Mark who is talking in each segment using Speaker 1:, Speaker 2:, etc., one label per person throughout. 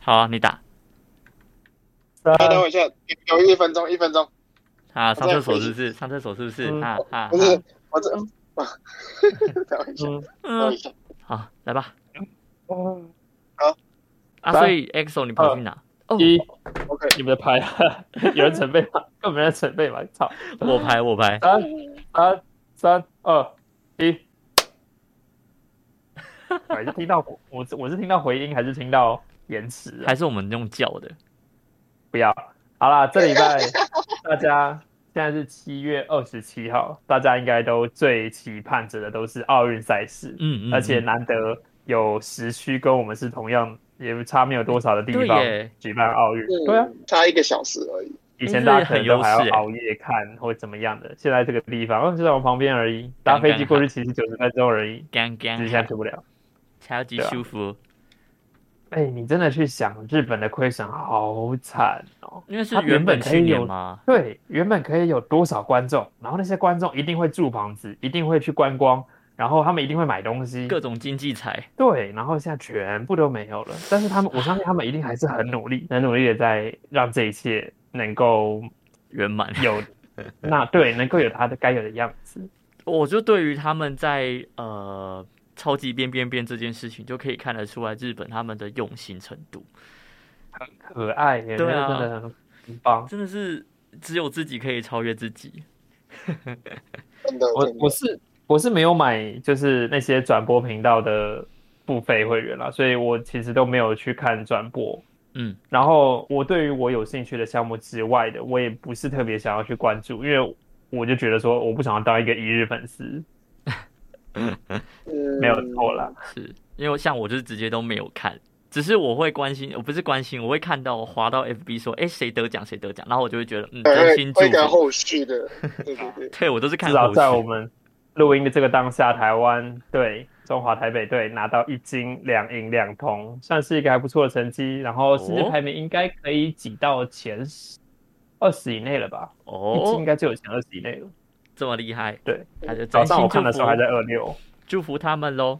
Speaker 1: 好啊，你打。
Speaker 2: 三
Speaker 3: 哎稍等我一下，给我一分钟，一分钟。
Speaker 1: 啊，上
Speaker 3: 在
Speaker 1: 厕所
Speaker 3: 回
Speaker 1: 是不是？上厕所是不是？
Speaker 2: 嗯
Speaker 1: 啊啊！
Speaker 3: 不
Speaker 1: 啊
Speaker 3: 是，我这， 等我一下，
Speaker 2: 嗯
Speaker 3: 等我一
Speaker 1: 嗯，
Speaker 3: 下。
Speaker 1: 好，来吧。
Speaker 2: 嗯
Speaker 1: 啊，
Speaker 2: 三
Speaker 1: 所以 EXO 你跑去哪？哦，
Speaker 2: 一，
Speaker 3: OK，
Speaker 2: 你们拍， 有人准备吗？根本没人准备嘛！操，
Speaker 1: 我拍我拍，
Speaker 2: 三三三二 一，我是听到我是我是听到回音还是听到延迟啊？
Speaker 1: 还是我们用叫的？
Speaker 2: 不要。好啦，这礼拜大家现在是七月二十七号，大家应该都最期盼着的都是奥运赛事，
Speaker 1: 嗯嗯。
Speaker 2: 而且
Speaker 1: 嗯
Speaker 2: 难得有时区跟我们是同样，也差没有多少的地
Speaker 1: 对
Speaker 2: 方
Speaker 1: 耶，
Speaker 2: 举办奥运。对啊，
Speaker 3: 嗯，差一个小时而已。
Speaker 2: 以前大家可能都还
Speaker 1: 这也很优势
Speaker 2: 要
Speaker 1: 欸
Speaker 2: 熬夜看或怎么样的，现在这个地方哦就在我旁边而已，搭飞机过去其实九十分钟而已，
Speaker 1: 刚
Speaker 2: 只
Speaker 1: 刚
Speaker 2: 是现在去不了。
Speaker 1: 超级
Speaker 2: 对啊
Speaker 1: 舒服，
Speaker 2: 哎、你真的去想日本的亏损好惨哦。
Speaker 1: 因为是
Speaker 2: 它原
Speaker 1: 本
Speaker 2: 本可
Speaker 1: 去
Speaker 2: 以
Speaker 1: 年
Speaker 2: 有
Speaker 1: 嘛。
Speaker 2: 对，原本可以有多少观众，然后那些观众一定会住房子，一定会去观光，然后他们一定会买东西，
Speaker 1: 各种经济财，
Speaker 2: 对，然后现在全部都没有了。但是他们，我相信他们一定还是很努力，很努力的在让这一切能够
Speaker 1: 圆满。
Speaker 2: 有那对能够有它的该有的样子。
Speaker 1: 我就对于他们在呃超级变变变这件事情，就可以看得出来日本他们的用心程度，
Speaker 2: 可爱耶，
Speaker 1: 对啊
Speaker 2: 那个真的很很棒。
Speaker 1: 真的是只有自己可以超越自己。
Speaker 3: 真的，
Speaker 2: 我
Speaker 3: 真
Speaker 2: 我
Speaker 3: 的
Speaker 2: 是我是没有买，就是那些转播频道的付费会员啦，所以我其实都没有去看转播。
Speaker 1: 嗯，
Speaker 2: 然后我对于我有兴趣的项目之外的，我也不是特别想要去关注，因为我就觉得说我不想要当一个一日粉丝，
Speaker 3: 嗯
Speaker 2: 没有错啦。
Speaker 1: 是因为像我就是直接都没有看，只是我会关心，我不是关心，我会看到我滑到 FB 说，哎，谁得奖谁得奖，然后我就会觉得，嗯，真
Speaker 3: 对，
Speaker 1: 心
Speaker 3: 会
Speaker 1: 祝
Speaker 3: 会看
Speaker 1: 福。
Speaker 3: 后续的，对对 对，
Speaker 1: 对我都是看
Speaker 2: 至少
Speaker 1: 后
Speaker 2: 在我
Speaker 1: 续。
Speaker 2: 们录音的这个当下，台湾队中华台北队拿到一金两银两铜，算是一个还不错的成绩。然后世界
Speaker 1: 哦
Speaker 2: 排名应该可以挤到前十二十以内了吧？一金应
Speaker 1: 哦，
Speaker 2: 该就有前二十以内了。
Speaker 1: 这么厉害，
Speaker 2: 对，
Speaker 1: 那就
Speaker 2: 早
Speaker 1: 真心
Speaker 2: 上我看
Speaker 1: 祝
Speaker 2: 的时候还在
Speaker 1: 福，
Speaker 2: 二六，
Speaker 1: 祝福他们喽。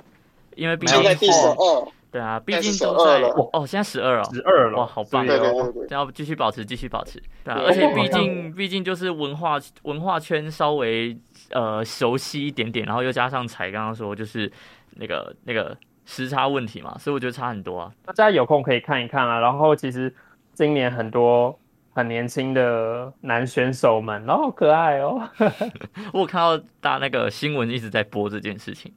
Speaker 1: 因为毕竟
Speaker 3: 现在第十二，
Speaker 1: 对啊，毕
Speaker 3: 现在
Speaker 1: 竟
Speaker 3: 是
Speaker 1: 都
Speaker 3: 12
Speaker 1: 在
Speaker 3: 了
Speaker 1: 哦，现在十二哦，
Speaker 2: 十二了，
Speaker 1: 哇好棒
Speaker 3: 对
Speaker 2: 所以
Speaker 3: 对
Speaker 2: 哦
Speaker 3: 对对，
Speaker 1: 要继续保持，继续保持，对啊，
Speaker 3: 对
Speaker 1: 而且
Speaker 3: 我
Speaker 1: 毕
Speaker 3: 好像
Speaker 1: 竟毕竟就是文化文化圈稍微呃熟悉一点点，然后又加上才刚刚说就是那个那个时差问题嘛，所以我觉得差很多啊。
Speaker 2: 大家有空可以看一看啊。然后其实今年很多很年轻的男选手们，然后好可爱哦。
Speaker 1: 我有看到大那个新闻一直在播这件事情，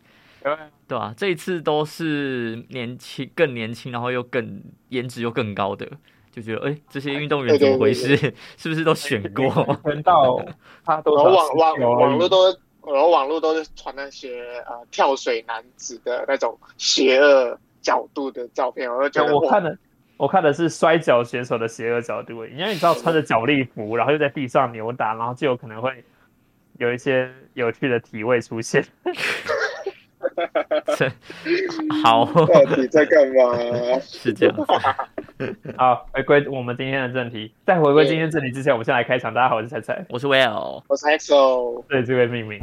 Speaker 1: 对啊，这一次都是年轻更年轻，然后又更颜值又更高的，就觉得哎、这些运动员
Speaker 3: 对
Speaker 1: 怎
Speaker 3: 对
Speaker 1: 么回
Speaker 3: 对
Speaker 1: 事？ 是不是都选 过？
Speaker 2: 全到他多
Speaker 3: 然
Speaker 2: 少
Speaker 3: 后网网
Speaker 2: 19而已
Speaker 3: 网络都，然后网络都是传那些呃跳水男子的那种邪恶角度的照片，我就觉得
Speaker 2: 我
Speaker 3: 哇
Speaker 2: 看的我看的是摔跤选手的邪恶角度，因为你知道穿着脚力服，然后又在地上扭打，然后就有可能会有一些有趣的体位 出现。
Speaker 1: 这好，
Speaker 3: 到底在干嘛？
Speaker 1: 是这样子。
Speaker 2: 好，回归我们今天的正题，在回归今天正题之前，我们先来开场。大家好，我是彩彩，
Speaker 1: 我是 Will。
Speaker 3: 我是 XO，
Speaker 2: 对这位命名。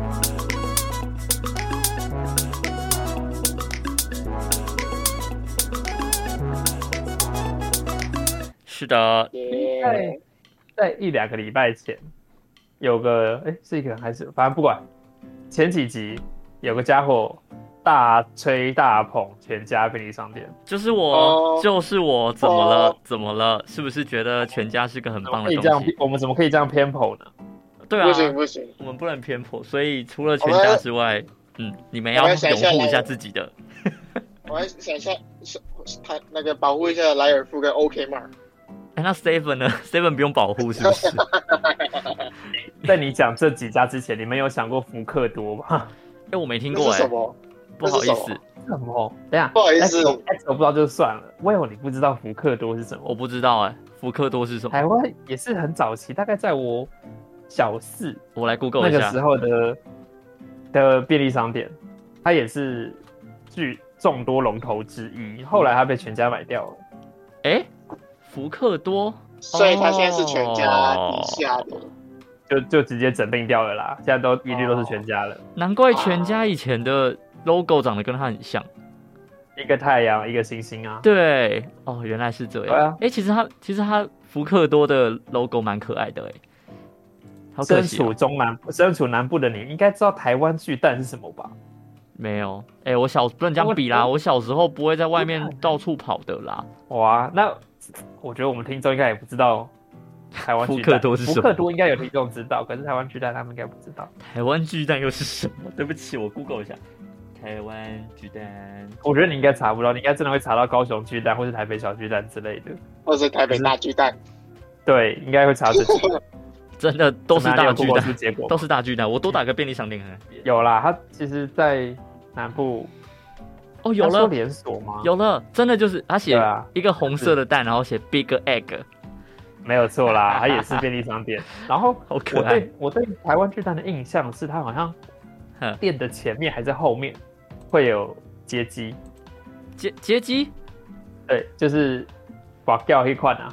Speaker 1: 是的，
Speaker 3: 耶，
Speaker 2: 在一两个礼拜前，有个哎、是一个人还是反正不管，前几集有个家伙大吹大捧全家便利商店，
Speaker 1: 就是我
Speaker 3: 哦
Speaker 1: 就是我，怎么了
Speaker 3: 哦？
Speaker 1: 怎么了？是不是觉得全家是个很
Speaker 2: 怎么
Speaker 1: 棒
Speaker 2: 可
Speaker 1: 的
Speaker 2: 以这样
Speaker 1: 东西？？
Speaker 2: 我们怎么可以这样偏颇呢？
Speaker 1: 对
Speaker 3: 不行
Speaker 1: 啊，
Speaker 3: 不行，
Speaker 1: 我们不能偏颇，所以除了全
Speaker 3: 我
Speaker 1: 家
Speaker 3: 们
Speaker 1: 之外，嗯，你们
Speaker 3: 我
Speaker 1: 要
Speaker 3: 们想
Speaker 1: 拥
Speaker 3: 象
Speaker 1: 护一
Speaker 3: 一
Speaker 1: 下
Speaker 3: 下
Speaker 1: 自己的。
Speaker 3: 我还想一下，是他那个保护一下莱尔夫跟 OK 嘛？
Speaker 1: 哎，那 Steven 呢 ？Steven 不用保护是不 是？
Speaker 2: 在你讲这几家之前，你们有想过福克多吗？
Speaker 1: 哎，我没听
Speaker 3: 这
Speaker 1: 过
Speaker 3: 是
Speaker 1: 哎
Speaker 3: 什，么？
Speaker 1: 不好意
Speaker 3: 这是什
Speaker 1: 思
Speaker 3: 么，
Speaker 2: 什么？等一下，
Speaker 3: 不好意思
Speaker 2: X- X 我不知道就算了。为何你不知道福克多是什
Speaker 1: 我
Speaker 2: 么？
Speaker 1: 不知道哎，福克多是什么？
Speaker 2: 台湾也是很早期，大概在我小四
Speaker 1: 我来 Google
Speaker 2: 那
Speaker 1: 一
Speaker 2: 个
Speaker 1: 下
Speaker 2: 时。候的的便利商店，它也是据众多龙头之一。后来它被全家买掉了。
Speaker 1: 哎，福克多，
Speaker 3: 所以他现在是全家底下的。
Speaker 2: 就就直接整并掉了啦，现在都哦一律都是全家了。
Speaker 1: 难怪全家以前的 logo 长得跟它很像。
Speaker 2: 一个太阳，一个星星啊。
Speaker 1: 对，哦，原来是这样。
Speaker 2: 对啊
Speaker 1: 哎、其实它其实它福克多的 logo 蛮可爱的哎、好可
Speaker 2: 身
Speaker 1: 惜哦、
Speaker 2: 处中南，身处南部的你，应该知道台湾巨蛋是什么吧？
Speaker 1: 没有。哎、我小不能这样比啦，
Speaker 2: 我
Speaker 1: 我小时候不会在外面到处跑的啦。
Speaker 2: 哇，那我觉得我们听众应该也不知道台湾巨蛋
Speaker 1: 福克多是什么
Speaker 2: 福克多应该有听众知道，可是台湾巨蛋他们应该不知道。
Speaker 1: 台湾巨蛋又是什么？对不起，我 Google 一下。台湾巨蛋，
Speaker 2: 我觉得你应该查不到，你应该真的会查到高雄巨蛋或是台北小巨蛋之类的。
Speaker 3: 或是台北大巨蛋，
Speaker 2: 对，应该会 查这几个。
Speaker 1: 真的都是大巨
Speaker 2: 怎么样你有 Google
Speaker 1: 蛋，
Speaker 2: 出结果
Speaker 1: 都是大巨蛋。我多打个便利商店看看。
Speaker 2: 有啦，它其实，在南部
Speaker 1: 哦，有
Speaker 2: 它说
Speaker 1: 了，
Speaker 2: 连锁吗？
Speaker 1: 有了，真的就是他
Speaker 2: 对
Speaker 1: 写
Speaker 2: 啊，
Speaker 1: 一个红色的蛋，然后写 big egg，
Speaker 2: 没有错啦，它也是便利 商店。然后
Speaker 1: 好可
Speaker 2: 我
Speaker 1: 爱。
Speaker 2: 对我对台湾巨蛋的印象是，它好像
Speaker 1: 哼
Speaker 2: 店的前面还是后面会有街机，
Speaker 1: 结结机
Speaker 2: 对，就是把掉一款啊，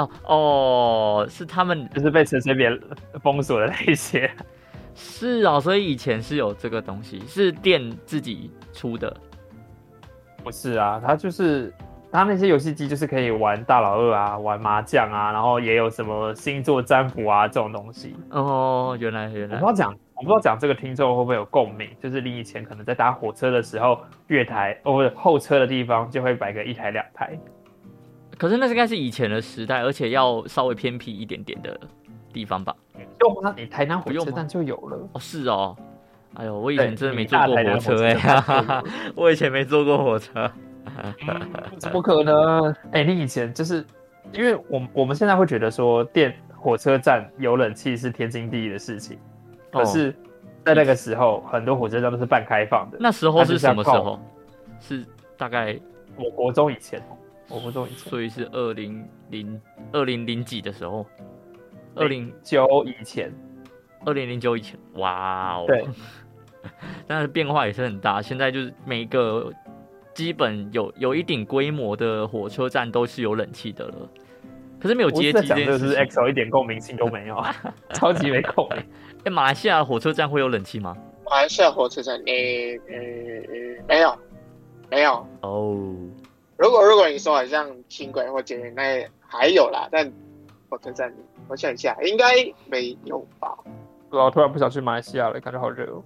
Speaker 1: 哦哦，是他们
Speaker 2: 就是被陈水扁封锁的那一些。
Speaker 1: 是哦，所以以前是有这个东西，是店自己出的
Speaker 2: 不是啊，它就是它那些游戏机就是可以玩大老二啊，玩麻将啊，然后也有什么星座占卜啊这种东西。
Speaker 1: 哦。原来原
Speaker 2: 我不
Speaker 1: 来
Speaker 2: 知，道讲，我不知道讲这个听众会不会有共鸣，就是你以前可能在搭火车的时候，月台哦不是后车的地方就会摆个一台两台。
Speaker 1: 可是那是应该是以前的时代，而且要稍微偏僻一点点的地方吧？
Speaker 2: 用啊吗？你台南火
Speaker 1: 不用
Speaker 2: 车
Speaker 1: 吗
Speaker 2: 站就有了。
Speaker 1: 哦，是哦。哎呦，我以
Speaker 2: 以
Speaker 1: 前真的没坐过火车哎、 我以前没坐过火车。
Speaker 2: 嗯怎 么可能？哎、你以前就是，因为我我们现在会觉得说电火车站有冷气是天经地义的事情，可
Speaker 1: 哦、
Speaker 2: 是，在那个时候，很多火车站都是半开放的。
Speaker 1: 那时候是什么时
Speaker 2: 那就
Speaker 1: 候？是大概，
Speaker 2: 我国中以前，哦我国中以前，
Speaker 1: 所以是二零零二零零几的时候，二零
Speaker 2: 九以前，
Speaker 1: 二零零九以前，哇哦，
Speaker 2: 对，
Speaker 1: 但是变化也是很大。现在就是每一个基本有有一定规模的火车站都是有冷气的了，可是没有
Speaker 2: 我
Speaker 1: 阶
Speaker 2: 在
Speaker 1: 级这
Speaker 2: 讲
Speaker 1: 件
Speaker 2: 这是
Speaker 1: 事情。
Speaker 2: XO 一点共鸣性都没有，啊 超级没共鸣。
Speaker 1: 哎、马来西亚的火车站会有冷气吗？
Speaker 3: 马来西亚火车站，诶嗯嗯，没有，没有。
Speaker 1: 哦，
Speaker 3: 如果如果你说好像轻轨或捷运，那还有啦，但火车站，我想一下，应该没有吧？
Speaker 2: 然啊后突然不想去马来西亚了，感觉好热哦。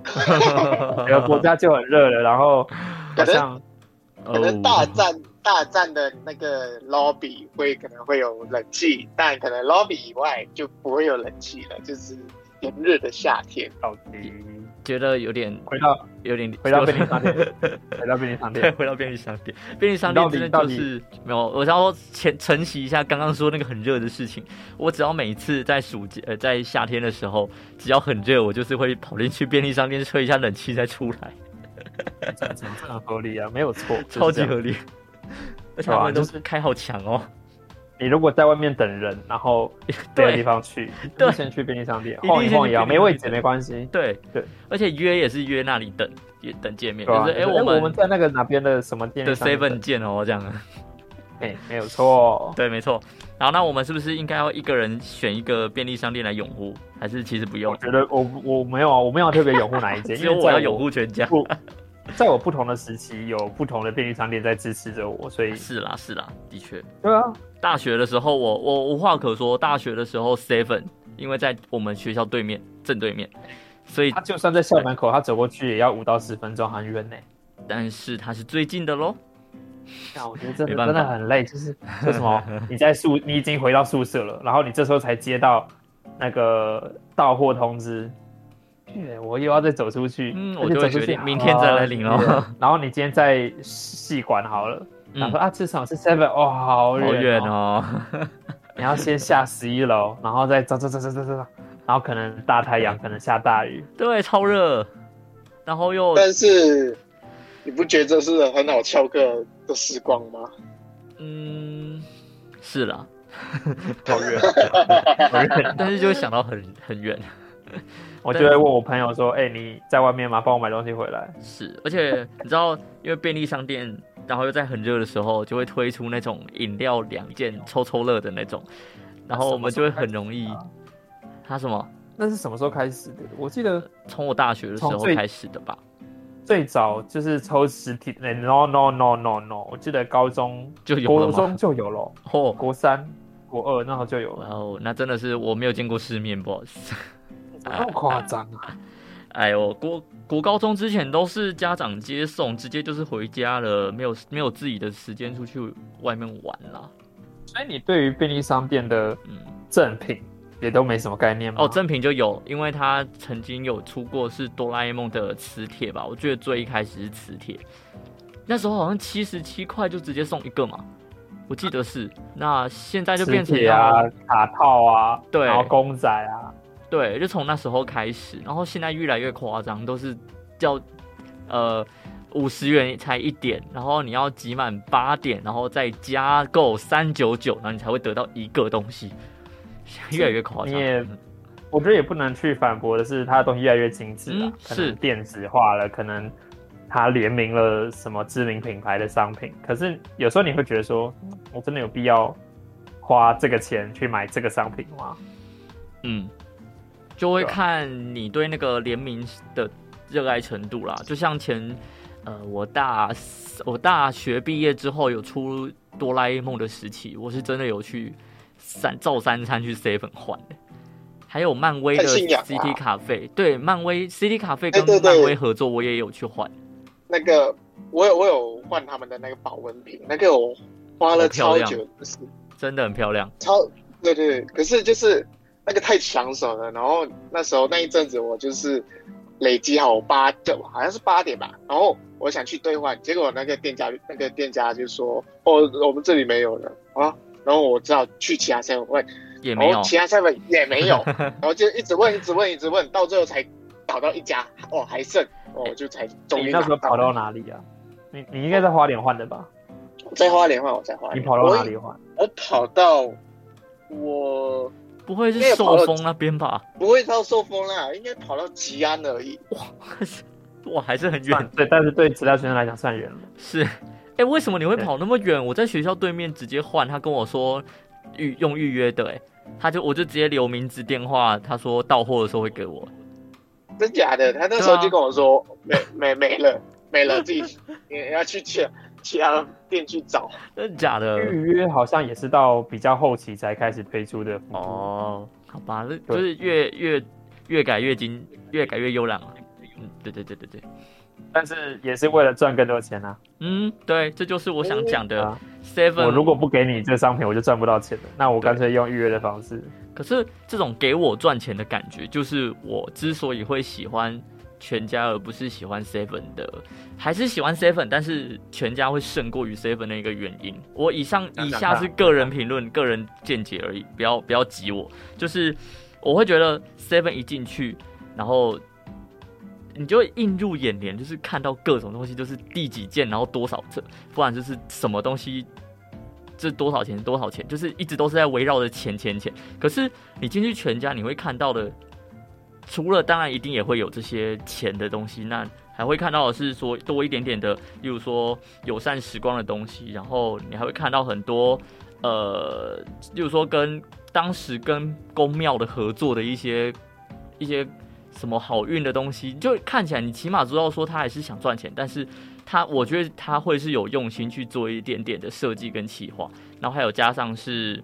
Speaker 2: 整啊个国家就很热了，然后好像
Speaker 3: 可
Speaker 1: 哦
Speaker 3: 能大站大站的那个 lobby 会可能会有冷气，但可能 lobby 以外就不会有冷气了，就是炎热的夏天。
Speaker 2: 到底
Speaker 1: 觉得有点
Speaker 2: 回到
Speaker 1: 有点
Speaker 2: 回到便利商 店，回到便利商
Speaker 1: 对，
Speaker 2: 店。
Speaker 1: 回到便利商店，便利商店真的就是没有。我想要前承袭一下刚刚说那个很热的事情，我只要每次在暑季呃在夏天的时候，只要很热，我就是会跑进去便利商店吹一下冷气再出来，
Speaker 2: 这很合理啊，没有错，就 是
Speaker 1: 超级
Speaker 2: 这样
Speaker 1: 合 理。而且
Speaker 2: 对啊
Speaker 1: 他们都
Speaker 2: 就是
Speaker 1: 是开好强哦，
Speaker 2: 你如果在外面等人，然后没有
Speaker 1: 对
Speaker 2: 地方去，
Speaker 1: 对
Speaker 2: 就先去便利商店
Speaker 1: 一定
Speaker 2: 晃一
Speaker 1: 先去
Speaker 2: 晃也好，
Speaker 1: 便利
Speaker 2: 没
Speaker 1: 商
Speaker 2: 位
Speaker 1: 店
Speaker 2: 置没关系，
Speaker 1: 对
Speaker 2: 对，
Speaker 1: 而且约也是约那里等也等见面，
Speaker 2: 对吧、
Speaker 1: 就是哎、
Speaker 2: 就是
Speaker 1: 我
Speaker 2: 我
Speaker 1: 们
Speaker 2: 们在那个哪边的什么店
Speaker 1: 的 seven 见哦这样。
Speaker 2: 哎、没有错，
Speaker 1: 对，没错。然后那我们是不是应该要一个人选一个便利商店来拥护，还是其实不
Speaker 2: 我
Speaker 1: 用？
Speaker 2: 觉得我我没有啊，我没有特别拥护哪一 间，
Speaker 1: 只
Speaker 2: 因
Speaker 1: 有
Speaker 2: 为
Speaker 1: 我
Speaker 2: 在
Speaker 1: 要
Speaker 2: 我
Speaker 1: 拥护全家。
Speaker 2: 不，在我不同的时期有不同的便利商店在支持着我，所以
Speaker 1: 是啦，是啦，的确。
Speaker 2: 对啊，
Speaker 1: 大学的时候我，我无话可说。大学的时候，seven，因为在我们学校对面正对面，所以
Speaker 2: 他就算在校门口，他走过去也要五到十分钟，很远呢。
Speaker 1: 但是它是最近的喽。
Speaker 2: 那我觉得真
Speaker 1: 没
Speaker 2: 的
Speaker 1: 办
Speaker 2: 真的
Speaker 1: 法
Speaker 2: 很累，就是为 什么你在宿，你已经回到宿舍了，然后你这时候才接到那个到货通知，对，我又要再走出去，
Speaker 1: 嗯
Speaker 2: 而
Speaker 1: 我
Speaker 2: 且
Speaker 1: 就会
Speaker 2: 走出
Speaker 1: 决
Speaker 2: 去
Speaker 1: 定明天再来领哦
Speaker 2: 好远然后你今天在戏馆好了，然后说、
Speaker 1: 嗯，
Speaker 2: 啊，至少是 seven，哦，好
Speaker 1: 好
Speaker 2: 远、
Speaker 1: 远哦。
Speaker 2: 你要先下十一楼，然后再走走走走走走，然后可能大太 阳，可能下大雨，
Speaker 1: 对，超热，然后又
Speaker 3: 但是你不觉得这是很好翘课的时光吗？
Speaker 1: 嗯，是啦，
Speaker 2: 好远。
Speaker 1: 但是就会想到很很远。
Speaker 2: 我就会问我朋友说，哎、你在外面吗？帮我买东西回来。
Speaker 1: 是，而且你知道，因为便利商店，然后又在很热的时候，就会推出那种饮料两件抽抽乐的那种，然后我们就会很容易
Speaker 2: 那什么时候开始啊，
Speaker 1: 他什么？
Speaker 2: 那是什么时候开始的？我记得
Speaker 1: 从我大学的时候
Speaker 2: 从最
Speaker 1: 开始的吧？
Speaker 2: 最早就是抽实体的，no no no no no，我记得高中
Speaker 1: 就有了
Speaker 2: 国
Speaker 1: 吗
Speaker 2: 中就有了，
Speaker 1: 哦，
Speaker 2: 国三、国二那时候就有
Speaker 1: 哇
Speaker 2: 了，
Speaker 1: 哦，那真的是我没有见过世面，不好意思。
Speaker 2: 怎么那么夸张啊？
Speaker 1: 哎呦，国国高中之前都是家长接送，直接就是回家了，没有没有自己的时间出去外面玩啦。
Speaker 2: 所以你对于便利商店的
Speaker 1: 嗯，
Speaker 2: 赠品也都没什么概念吗？
Speaker 1: 哦，正品就有，因为他曾经有出过是哆啦 A 梦的磁铁吧，我记得最一开始是磁铁，那时候好像七十七块就直接送一个嘛，我记得是。那现在就变成
Speaker 2: 磁铁啊、卡套啊，
Speaker 1: 对
Speaker 2: 然后公仔啊，
Speaker 1: 对，就从那时候开始，然后现在越来越夸张，都是叫呃五十元才一点，然后你要集满八点，然后再加购三九九，然后你才会得到一个东西， 越来越夸张。
Speaker 2: 你也
Speaker 1: 嗯
Speaker 2: 我觉得也不能去反驳的是，它的东西越来越精致了、
Speaker 1: 嗯
Speaker 2: 可能
Speaker 1: 是
Speaker 2: 电子化了，可能它联名了什么知名品牌的商品。可是有时候你会觉得说，嗯我真的有必要花这个钱去买这个商品吗？
Speaker 1: 嗯，就会
Speaker 2: 对啊
Speaker 1: 看你对那个联名的热爱程度啦。就像前，呃，我大我大学毕业之后有出哆啦 A 梦的时期，我是真的有去三照三餐去 seven 换的。还有漫威的
Speaker 3: 太信仰了
Speaker 1: CT 卡费，对，漫威 CT 卡费
Speaker 3: 哎
Speaker 1: 跟
Speaker 3: 对对
Speaker 1: 漫威合作，我也有去换，
Speaker 3: 那个我有我有换他们的那个保温瓶，那个我花了
Speaker 1: 好漂
Speaker 3: 超
Speaker 1: 亮
Speaker 3: 久，就是
Speaker 1: 真的很漂亮。
Speaker 3: 超对对对，可是就是那个太抢手了。然后那时候那一阵子，我就是累积好八的，好像是八点吧。然后我想去兑换，结果那个店家那个店家就说：“哦，我们这里没有了啊。”然后我只好去其他 seven 问，
Speaker 1: 也
Speaker 3: 然
Speaker 1: 没有
Speaker 3: 后，其他 seven 也没 有，然后就一直问，一直问，一直问，到最后才找到一家，哦，还剩，哦，我就才终
Speaker 2: 你
Speaker 3: 于
Speaker 2: 那
Speaker 3: 拿
Speaker 2: 时候跑
Speaker 3: 到。
Speaker 2: 到哪里啊？你你应该在花莲换的吧？
Speaker 3: 我在花莲换，哎我在花
Speaker 2: 你
Speaker 3: 莲，
Speaker 2: 跑到哪里换？
Speaker 3: 我？我跑到我
Speaker 1: 不会是
Speaker 3: 那个跑
Speaker 1: 受
Speaker 3: 了
Speaker 1: 风那边吧？
Speaker 3: 不会到受风啦，应该跑到吉安而已。
Speaker 1: 哇，还是很远
Speaker 2: 算对，但是对其他学生来讲算远了。
Speaker 1: 是，哎、为什么你会跑那么远？我在学校对面直接换，他跟我说预用预约的、诶他就我就直接留名字电话，他说到货的时候会给我。
Speaker 3: 真假的？他那时候就跟我说，没没没了，没了，自己你要去其他其他店去找。
Speaker 1: 真的假的？
Speaker 2: 预约好像也是到比较后期才开始推出的服务。
Speaker 1: 哦，好吧，那就是越越越改越精，越改越优良了。嗯，对对对对对，
Speaker 2: 但是也是为了赚更多钱啊！
Speaker 1: 嗯，对，这就是我想讲的
Speaker 2: 啊
Speaker 1: seven、
Speaker 2: 我如果不给你这商品，我就赚不到钱了。那我干脆用预约的方式。
Speaker 1: 可是这种给我赚钱的感觉，就是我之所以会喜欢全家，而不是喜欢 Seven 的，还是喜欢 Seven，但是全家会胜过于 Seven 的一个原因。我以上
Speaker 2: 讲
Speaker 1: 以
Speaker 2: 讲
Speaker 1: 下
Speaker 2: 看
Speaker 1: 是个人评论、个人见解而已，不要不要急我。就是我会觉得 Seven 一进去，然后你就会映入眼帘，就是看到各种东西，就是第几件，然后多少折，不然就是什么东西。这多少钱？多少钱？就是一直都是在围绕着钱钱钱。可是你进去全家，你会看到的，除了当然一定也会有这些钱的东西，那还会看到的是说多一点点的，例如说友善时光的东西，然后你还会看到很多呃，例如说跟当时跟宫庙的合作的一些一些什么好运的东西，就看起来你起码知道说他还是想赚钱，但是他我觉得他会是有用心去做一点点的设计跟企划，然后还有加上是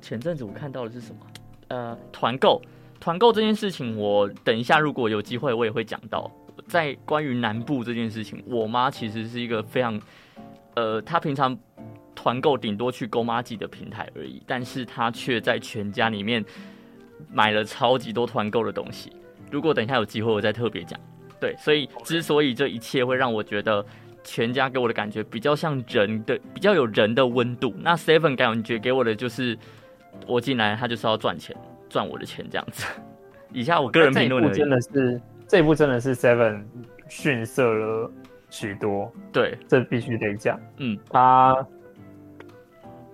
Speaker 1: 前阵子我看到的是什么？呃，团购，团购这件事情，我等一下如果有机会我也会讲到。在关于南部这件事情，我妈其实是一个非常，呃，她平常团购顶多去购妈记的平台而已，但是她却在全家里面买了超级多团购的东西。如果等一下有机会，我再特别讲。对，所以之所以这一切会让我觉得全家给我的感觉比较像人的，比较有人的温度。那 Seven 感觉给我的就是，我进来他就是要赚钱，赚我的钱这样子。 以下我个人评论
Speaker 2: 这一
Speaker 1: 而
Speaker 2: 步
Speaker 1: 已
Speaker 2: 真的是这一步真的是 Seven 逊色了许多，
Speaker 1: 对，
Speaker 2: 这必须得讲。
Speaker 1: 嗯，
Speaker 2: 他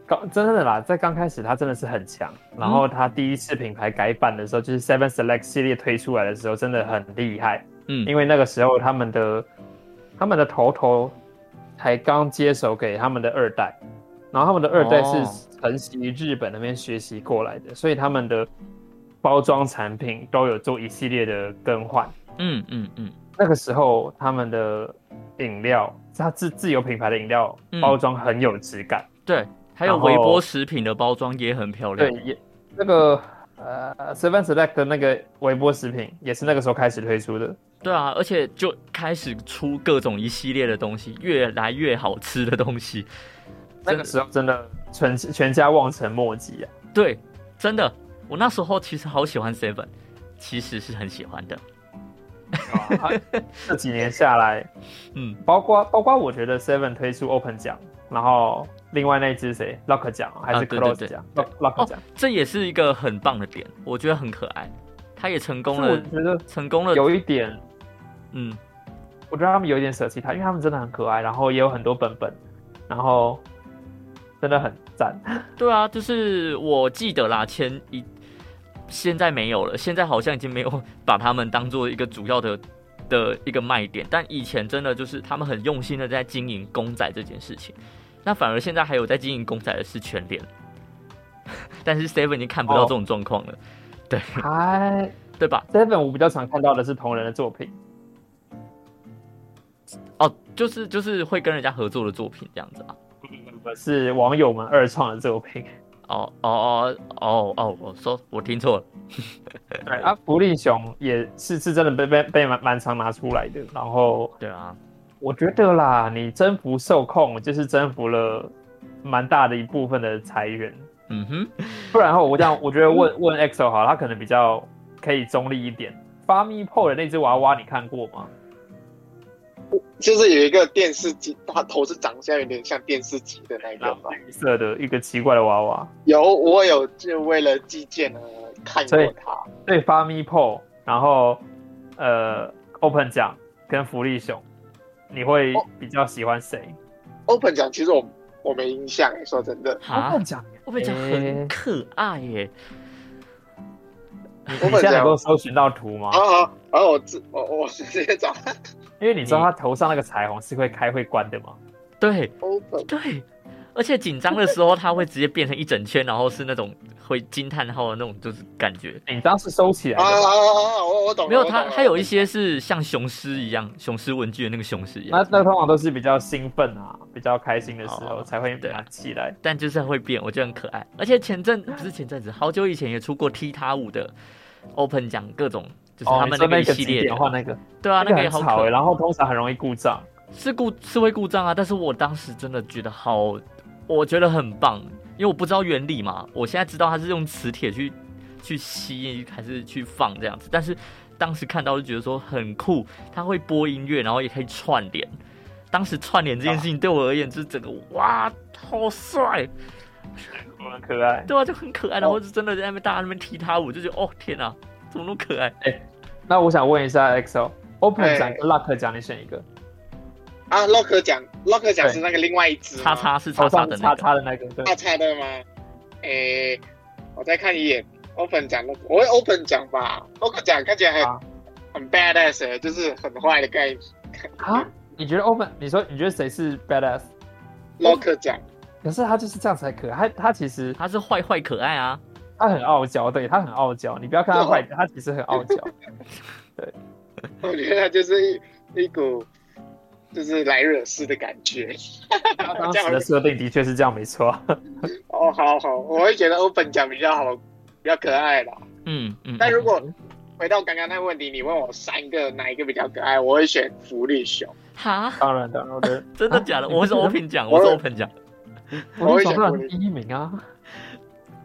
Speaker 2: 刚真的啦，在刚开始他真的是很强，
Speaker 1: 嗯
Speaker 2: 然后他第一次品牌改版的时候，就是 Seven Select 系列推出来的时候，真的很厉害。
Speaker 1: 嗯
Speaker 2: 因为那个时候他们的他们的头头才刚接手给他们的二代，然后他们的二代
Speaker 1: 哦
Speaker 2: 是承袭日本那边学习过来的，所以他们的包装产品都有做一系列的更换。
Speaker 1: 嗯嗯嗯，
Speaker 2: 那个时候他们的饮料，它自自有品牌的饮料
Speaker 1: 嗯
Speaker 2: 包装很有质感，
Speaker 1: 对，还有
Speaker 2: 然后
Speaker 1: 微波食品的包装也很漂亮
Speaker 2: 对，。也那个呃 Seven Select 的那个微波食品也是那个时候开始推出的，
Speaker 1: 对啊，而且就开始出各种一系列的东西，越来越好吃的东西。
Speaker 2: 那个时候真的全全家望尘莫及啊。
Speaker 1: 对，真的，我那时候其实好喜欢 Seven，其实是很喜欢的。
Speaker 2: 这几年下来，
Speaker 1: 嗯，
Speaker 2: 包括包括我觉得 Seven 推出 Open 奖，然后另外那一只谁 Lock 奖还
Speaker 1: 啊
Speaker 2: 是
Speaker 1: 对
Speaker 2: Close
Speaker 1: 对对
Speaker 2: 奖、Lock Lock
Speaker 1: 哦
Speaker 2: 奖，
Speaker 1: 这也是一个很棒的点，我觉得很可爱。他也成功
Speaker 2: 是哦我
Speaker 1: 了，
Speaker 2: 觉得
Speaker 1: 成功了。
Speaker 2: 有一点，
Speaker 1: 嗯，
Speaker 2: 我觉得他们有一点舍弃它，因为他们真的很可爱，然后也有很多本本，然后真的很赞。
Speaker 1: 对啊，就是我记得啦，前一现在没有了，现在好像已经没有把他们当做一个主要的的一个卖点，但以前真的就是他们很用心的在经营公仔这件事情，那反而现在还有在经营公仔的是全联， 但是 Seven 已经看不到
Speaker 2: 哦
Speaker 1: 这种状况了，对
Speaker 2: 还
Speaker 1: 对吧？
Speaker 2: Seven 我比较常看到的是同人的作品，
Speaker 1: 哦，就是就是会跟人家合作的作品这样子啊。
Speaker 2: 是网友们二创的作品。
Speaker 1: 哦哦哦哦哦，我说我听错了，
Speaker 2: 对啊，福利熊也是是真的被被被蛮蛮常拿出来的，然后
Speaker 1: 对啊，
Speaker 2: 我觉得啦，你征服受控就是征服了蛮大的一部分的裁员，
Speaker 1: 嗯哼，
Speaker 2: 不然的话，我这样我觉得问问 EXO 好了，他可能比较可以中立一点。发咪 p o 的那只娃娃你看过吗？
Speaker 3: 就是有一个电视机，它头是长相有点像电视机的那一个吧。
Speaker 2: 绿色的一个奇怪的娃娃，
Speaker 3: 有，我有就为了寄件呢看过
Speaker 2: 所以
Speaker 3: 它。
Speaker 2: 对，发咪 p o 然后呃 Open 奖跟福利熊，你会
Speaker 3: 哦
Speaker 2: 比较喜欢谁
Speaker 3: Open 奖其实我我没印象诶，说真的
Speaker 1: 哈，
Speaker 2: ？Open 奖，
Speaker 1: 我跟你讲很可爱耶、
Speaker 2: 你现在能够搜寻到图吗
Speaker 3: 啊？啊！然后我自我我直接找
Speaker 2: 因为你知道它头上那个彩虹是会开会关的吗？
Speaker 1: 对，
Speaker 3: Open
Speaker 1: 对，而且紧张的时候，它会直接变成一整圈，然后是那种会惊叹号的那种，就是感觉。
Speaker 2: 你当时收起来
Speaker 3: 啊
Speaker 2: 的吧
Speaker 3: 啊啊！啊我我懂了，
Speaker 1: 没有
Speaker 3: 我
Speaker 2: 哦
Speaker 3: 懂
Speaker 1: 它，
Speaker 3: 了
Speaker 1: 它有一些是像雄狮一样，雄狮文具的那个雄狮一
Speaker 2: 那
Speaker 1: 样，
Speaker 2: 那通常都是比较兴奋啊，比较开心的时候
Speaker 1: 哦
Speaker 2: 才会
Speaker 1: 对啊
Speaker 2: 拿起来。
Speaker 1: 但就是会变，我觉得很可爱。而且前阵
Speaker 2: 啊
Speaker 1: 不是前阵子，好久以前也出过踢踏舞的 Open 奖，各种就是
Speaker 2: 哦，
Speaker 1: 他
Speaker 2: 你
Speaker 1: 们
Speaker 2: 说
Speaker 1: 那个
Speaker 2: 那
Speaker 1: 一
Speaker 2: 个
Speaker 1: 系
Speaker 2: 几
Speaker 1: 列
Speaker 2: 点
Speaker 1: 的，
Speaker 2: 换那个，
Speaker 1: 对啊，
Speaker 2: 那
Speaker 1: 那个也
Speaker 2: 很
Speaker 1: 好
Speaker 2: 吵
Speaker 1: 可
Speaker 2: 欸
Speaker 1: 爱，
Speaker 2: 然后通常很容易故障。
Speaker 1: 是故是会故障啊，但是我当时真的觉得好，我觉得很棒，因为我不知道原理嘛，我现在知道它是用磁铁去去吸还是去放这样子，但是当时看到就觉得说很酷，它会播音乐，然后也可以串联。当时串联这件事情对我而言，就是整个哇，好帅，
Speaker 2: 我很可爱。
Speaker 1: 对啊，就很可爱，然后就真的在那边大家那边踢踏舞，就觉得哦天哪、怎么那么可爱？
Speaker 2: 那我想问一下 XO，Open
Speaker 3: 哎
Speaker 2: 奖跟 Luck 奖，你选一个？
Speaker 3: 啊，Lock 奖，Lock 奖
Speaker 2: 对
Speaker 3: 是那个另外一只吗
Speaker 1: 叉叉是叉
Speaker 2: 头
Speaker 1: 叉
Speaker 2: 上
Speaker 1: 的
Speaker 2: 是
Speaker 1: 那
Speaker 2: 叉
Speaker 1: 个，
Speaker 2: 叉的那个，对
Speaker 3: 大，叉的吗？诶、我再看一眼 Open 奖，我会 Open 奖吧，Lock 奖看起来很、
Speaker 2: 啊
Speaker 3: 很 badass，、欸、就是很坏的概念。
Speaker 2: 啊？你觉得 Open？你说你觉得谁是 badass？
Speaker 3: Lock 奖，
Speaker 2: 可是他就是这样才可爱，他他其实
Speaker 1: 它是坏坏可爱啊，
Speaker 2: 他很傲娇，对他很傲娇。你不要看他坏，他其实很傲娇。
Speaker 3: 我觉得它就是一一股就是莱尔斯的感觉。
Speaker 2: 他当时的设定的确是这样，没错。
Speaker 3: 哦，好好，我会觉得 Open 奖比较好，比较可爱啦。
Speaker 1: 嗯嗯。
Speaker 3: 但如果回到刚刚那个问题，你问我三个哪一个比较可爱，我会选福利熊，
Speaker 1: 嗯哈，
Speaker 2: 当然，当然，我觉得
Speaker 1: 真的假的？
Speaker 2: 啊
Speaker 1: 我是 open 奖，我是 open 奖，
Speaker 2: 我是想不然第一名啊。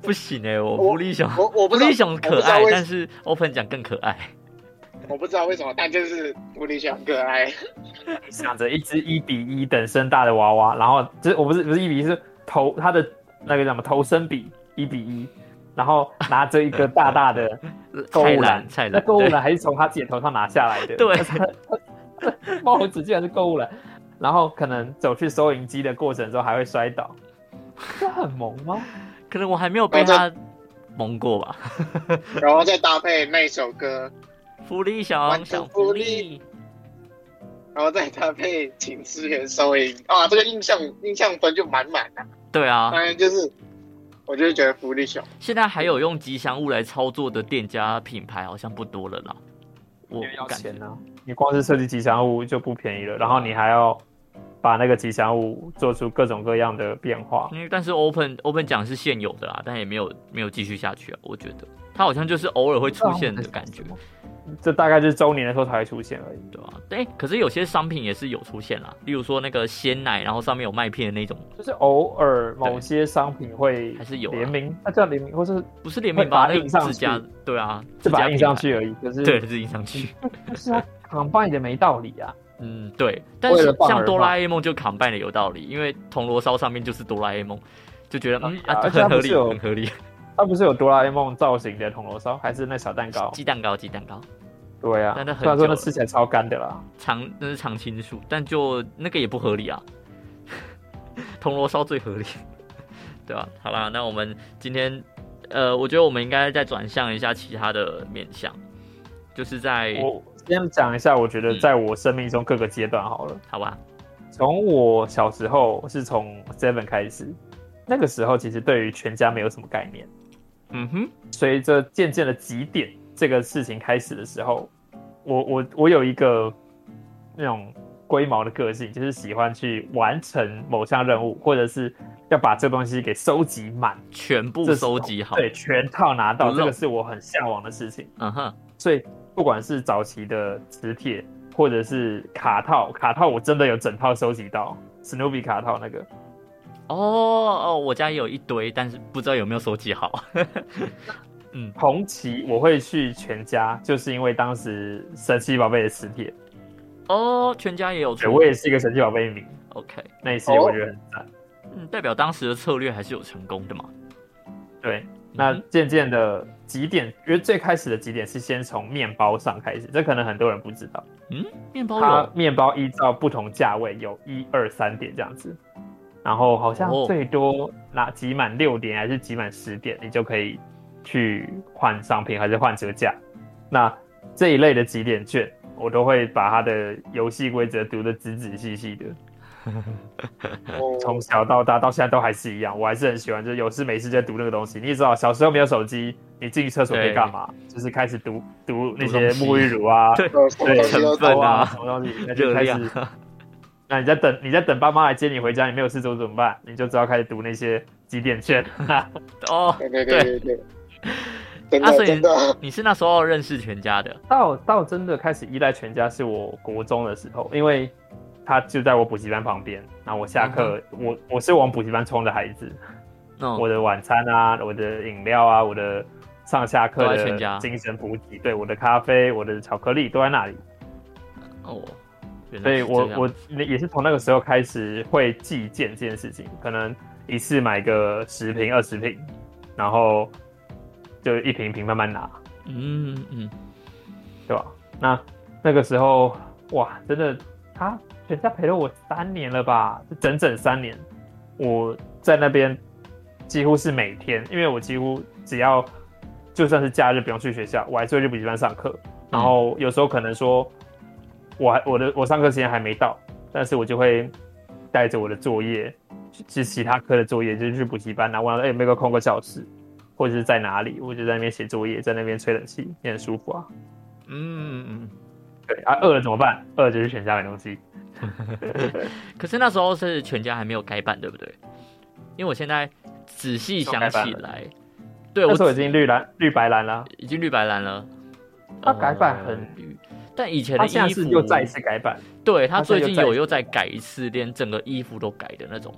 Speaker 1: 不行哎、我福利熊，
Speaker 3: 我我
Speaker 1: 福
Speaker 3: 不知道
Speaker 1: 利熊可
Speaker 3: 我不知道
Speaker 1: 爱，
Speaker 3: 为
Speaker 1: 但是 open 奖更可爱。
Speaker 3: 我不知道为什么，但就是福利熊很可爱。
Speaker 2: 想着一只一比一等身大的娃娃，然后就是我不是不是一比一，是头它的那个叫什么头身比一比一，然后拿着一个大大 的购
Speaker 1: 菜
Speaker 2: 物
Speaker 1: 篮，
Speaker 2: 篮，
Speaker 1: 菜
Speaker 2: 那
Speaker 1: 篮，
Speaker 2: 购物
Speaker 1: 对
Speaker 2: 篮还是从他自己头上拿下来的，
Speaker 1: 对
Speaker 2: 帽子竟然是购物篮，然后可能走去收银机的过程中还会摔倒，这很萌吗？
Speaker 1: 可能我还没有被他蒙过吧。
Speaker 3: 然后再搭配那首歌，
Speaker 1: 福利熊，
Speaker 3: 完
Speaker 1: 小
Speaker 3: 成
Speaker 1: 福
Speaker 3: 福
Speaker 1: 利
Speaker 3: 利，然后再搭配请支援收银，啊，这个印象印象分就满满的。
Speaker 1: 对啊
Speaker 3: 当，然就是，我就是觉得福利熊，
Speaker 1: 现在还有用吉祥物来操作的店家品牌好像不多了啦。我
Speaker 2: 因为要
Speaker 1: 感觉
Speaker 2: 钱啊，你光是设计吉祥物就不便宜了，然后你还要把那个吉祥物做出各种各样的变化。
Speaker 1: 因为但是 Open Open 奖是现有的啦，但也没有没有继续下去啊。我觉得它好像就是偶尔会出现的感觉，
Speaker 2: 这大概就是周年的时候才会出现而已。
Speaker 1: 对吧、哎、可是有些商品也是有出现啊啦，例如说那个鲜奶，然后上面有麦片的那种，
Speaker 2: 就是偶尔某些商品会
Speaker 1: 还是有啊
Speaker 2: 联名，它叫联名，或是
Speaker 1: 不是联名吧？
Speaker 2: 会把它
Speaker 1: 那个
Speaker 2: 印上
Speaker 1: 自家
Speaker 2: 去，
Speaker 1: 对啊，
Speaker 2: 就
Speaker 1: 自
Speaker 2: 把
Speaker 1: 家
Speaker 2: 它印上
Speaker 1: 品
Speaker 2: 去而已。可是
Speaker 1: 牌，对，是印上去。
Speaker 2: 但是它 combine 的没道理啊。
Speaker 1: 嗯，对，但
Speaker 2: 为
Speaker 1: 是
Speaker 2: 了棒
Speaker 1: 像
Speaker 2: 而
Speaker 1: 哆
Speaker 2: 棒
Speaker 1: 啦 A 梦就 combine 的有道理，因为铜锣烧上面就是哆啦 A 梦，就觉得嗯
Speaker 2: 哎
Speaker 1: 啊
Speaker 2: 呀而且
Speaker 1: 很
Speaker 2: 它
Speaker 1: 合
Speaker 2: 不是
Speaker 1: 理，
Speaker 2: 有
Speaker 1: 很合理。
Speaker 2: 它不是有哆啦 A 梦造型的铜锣烧，还是那小蛋糕？
Speaker 1: 鸡蛋糕，鸡蛋糕，
Speaker 2: 对啊，
Speaker 1: 但那很
Speaker 2: 虽然说那
Speaker 1: 久了
Speaker 2: 吃起来超干的啦。
Speaker 1: 常那是常青树，但就那个也不合理啊。 铜锣烧最合理， 对吧、好啦，那我们今天呃，我觉得我们应该再转向一下其他的面向，就是在
Speaker 2: 我先讲一下，我觉得
Speaker 1: 嗯
Speaker 2: 在我生命中各个阶段好了。
Speaker 1: 好吧，
Speaker 2: 从我小时候是从 Seven 开始，那个时候其实对于全家没有什么概念。
Speaker 1: 嗯哼，
Speaker 2: 随着渐渐的几点这个事情开始的时候，我我我有一个那种龟毛的个性，就是喜欢去完成某项任务，或者是要把这东西给收集满，
Speaker 1: 全部
Speaker 2: 这是
Speaker 1: 收集好，
Speaker 2: 对，全套拿到，
Speaker 1: 不
Speaker 2: 这个
Speaker 1: 漏
Speaker 2: 是我很向往的事情。
Speaker 1: 嗯哼，
Speaker 2: 所以不管是早期的磁铁，或者是卡套，卡套我真的有整套收集到，史努比卡套那个，
Speaker 1: 哦哦，我家也有一堆，但是不知道有没有收集好，
Speaker 2: 同期我会去全家，就是因为当时神奇宝贝的磁铁，
Speaker 1: 哦，全家也有
Speaker 2: 对
Speaker 1: 出
Speaker 2: 我也是一个神奇宝贝迷，
Speaker 1: ，OK，
Speaker 2: 那一次我觉得很赞。
Speaker 1: 嗯，代表当时的策略还是有成功的嘛，嗯
Speaker 2: 对，那
Speaker 1: 嗯哼
Speaker 2: 渐渐的几点，因为最开始的几点是先从面包上开始，这可能很多人不知道，
Speaker 1: 面包
Speaker 2: 它
Speaker 1: 哦有
Speaker 2: 面包依照不同价位有一二三点这样子，然后好像
Speaker 1: 哦
Speaker 2: 最多拿集满六点还是集满十点，你就可以去换商品还是换折价。那这一类的几点券，我都会把它的游戏规则读得仔仔细细的，
Speaker 3: 哦
Speaker 2: 从小到大到现在都还是一样，我还是很喜欢，就是有事没事就读那个东西。你也知道，小时候没有手机，你进厕所可以干嘛？就是开始读读那些
Speaker 1: 读东西
Speaker 2: 沐浴 乳啊，
Speaker 1: 对
Speaker 3: 有什么
Speaker 2: 对，
Speaker 3: 东西都
Speaker 1: 成分
Speaker 3: 偷
Speaker 1: 啊
Speaker 2: 什么东西，那就
Speaker 1: 热
Speaker 2: 开
Speaker 1: 量
Speaker 2: 始。那你在等你在等爸妈来接你回家，你没有事做怎么办？你就知道开始读那些几点券。
Speaker 1: 哦，
Speaker 3: 对对对对对，真
Speaker 1: 啊所
Speaker 3: 的
Speaker 1: 以
Speaker 3: 真的，
Speaker 1: 你是那时候认识全家的，
Speaker 2: 到到真的开始依赖全家是我国中的时候，因为他就在我补习班旁边。那我下课，我我是往补习班冲的孩子，
Speaker 1: 嗯，
Speaker 2: 我的晚餐啊，我的饮料啊，我的上下课
Speaker 1: 都在全家
Speaker 2: 的精神补给，对我的咖啡、我的巧克力都在那里。
Speaker 1: 哦，原来
Speaker 2: 所以
Speaker 1: 是
Speaker 2: 我
Speaker 1: 这样
Speaker 2: 我也是从那个时候开始会计件这件事情，可能一次买个十瓶二十瓶，然后就一瓶一瓶慢慢拿，
Speaker 1: 嗯嗯，
Speaker 2: 对吧？那那个时候哇，真的他全家陪了我三年了吧，整整三年，我在那边几乎是每天，因为我几乎只要就算是假日不用去学校，我还是会去补习班上课，然后有时候可能说，我还我的我上课时间还没到，但是我就会带着我的作业，是其他科的作业，就是去补习班，然后问他哎、有没有空个小时，或者是在哪里，我就在那边写作业，在那边吹冷气，也很舒服啊。
Speaker 1: 嗯嗯
Speaker 2: 对啊，饿了怎么办？饿了就去全家买东西。
Speaker 1: 嗯，可是那时候是全家还没有改版，对不对？因为我现在仔细想起来，对
Speaker 2: 那
Speaker 1: 我
Speaker 2: 时候已经绿蓝绿白蓝了，
Speaker 1: 已经绿白蓝了，
Speaker 2: 它改版很
Speaker 1: 呃绿，但以前的
Speaker 2: 它啊现在
Speaker 1: 衣服
Speaker 2: 是又再一次改版。
Speaker 1: 对他
Speaker 2: 它现
Speaker 1: 最
Speaker 2: 在
Speaker 1: 近
Speaker 2: 又再
Speaker 1: 有又再改一次，连整个衣服都改的那种。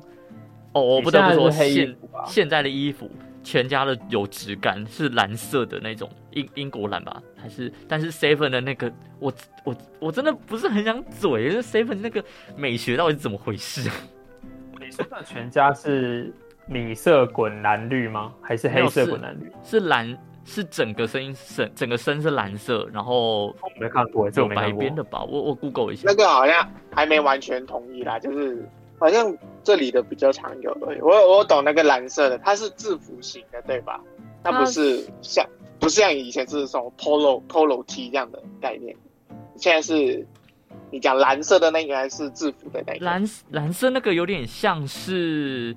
Speaker 1: 哦，我
Speaker 2: 你
Speaker 1: 不得不
Speaker 2: 现在
Speaker 1: 说，
Speaker 2: 是黑衣
Speaker 1: 现
Speaker 2: 服啊吧
Speaker 1: 现在的衣服，全家的有质感是蓝色的那种英英国蓝吧，还是但是 Seven 的那个，我我我真的不是很想嘴，因为 Seven 那个美学到底是怎么回事？
Speaker 2: 你说的全家是米色滚蓝绿吗？还是黑色滚蓝绿？
Speaker 1: 是蓝，是整个声音整整个身是蓝色，然后
Speaker 2: 我没看过，这
Speaker 1: 有
Speaker 2: 我没
Speaker 1: 白
Speaker 2: 看过
Speaker 1: 边。的吧？我我 Google 一下
Speaker 3: 那，个好像还没完全统一啦，就是好像这里的比较常有而已。我我懂那个蓝色的，它是制服型的，对吧？它
Speaker 1: 它
Speaker 3: 不是像不是像以前是什么 polo polo T 这样的概念，现在是你讲蓝色的那个还是制服的那个？
Speaker 1: 蓝蓝色那个有点像是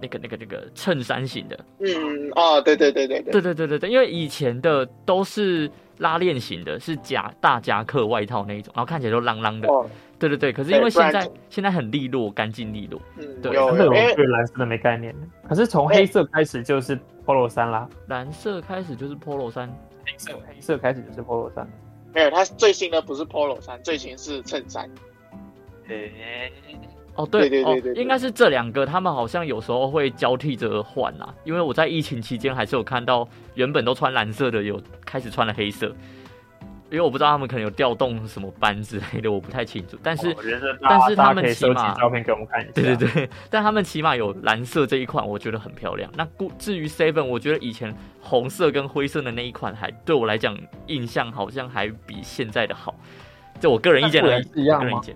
Speaker 1: 那个那个那个衬衫型的。
Speaker 3: 嗯，哦，对对对对对，
Speaker 1: 对对对对对，因为以前的都是拉链型的，是夹大夹克外套那一种，然后看起来都啷啷的。
Speaker 3: 哦，
Speaker 1: 对对对，可是因为现
Speaker 3: 对不
Speaker 1: 在
Speaker 3: 然
Speaker 1: 现在很利落，干净利落。
Speaker 3: 嗯，
Speaker 1: 对
Speaker 3: 有
Speaker 2: 那个
Speaker 3: 有，
Speaker 2: 我
Speaker 1: 哎
Speaker 3: 因为
Speaker 2: 对蓝色的没概念，可是从黑色开始就是 polo 衫啦，
Speaker 1: 蓝色开始就是 polo 衫，
Speaker 2: 黑色黑色开始就是 polo 衫。
Speaker 3: 没有，它最新的不是 polo 衫，最新是衬衫。
Speaker 1: 哦，对
Speaker 3: 对对对对
Speaker 1: 哦，
Speaker 3: 对
Speaker 1: 应该是这两个，他们好像有时候会交替着换啦、因为我在疫情期间还是有看到，原本都穿蓝色的，有开始穿了黑色，因为我不知道他们可能有调动什么班之类的，我不太清楚。但
Speaker 3: 哦
Speaker 1: 是，
Speaker 2: 我觉得大
Speaker 1: 但
Speaker 2: 家
Speaker 1: 是
Speaker 2: 大
Speaker 1: 他
Speaker 2: 家
Speaker 1: 们
Speaker 2: 可以
Speaker 1: 起
Speaker 2: 收集
Speaker 1: 码
Speaker 2: 照片给我们看一下。
Speaker 1: 对对 对，但他们起码有蓝色这一款，我觉得很漂亮。那故至于 Seven，我觉得以前红色跟灰色的那一款还对我来讲印象好像还比现在的好，这我个人意见而已
Speaker 2: 那不然是一，样
Speaker 1: 我个人意
Speaker 2: 吗
Speaker 1: 见。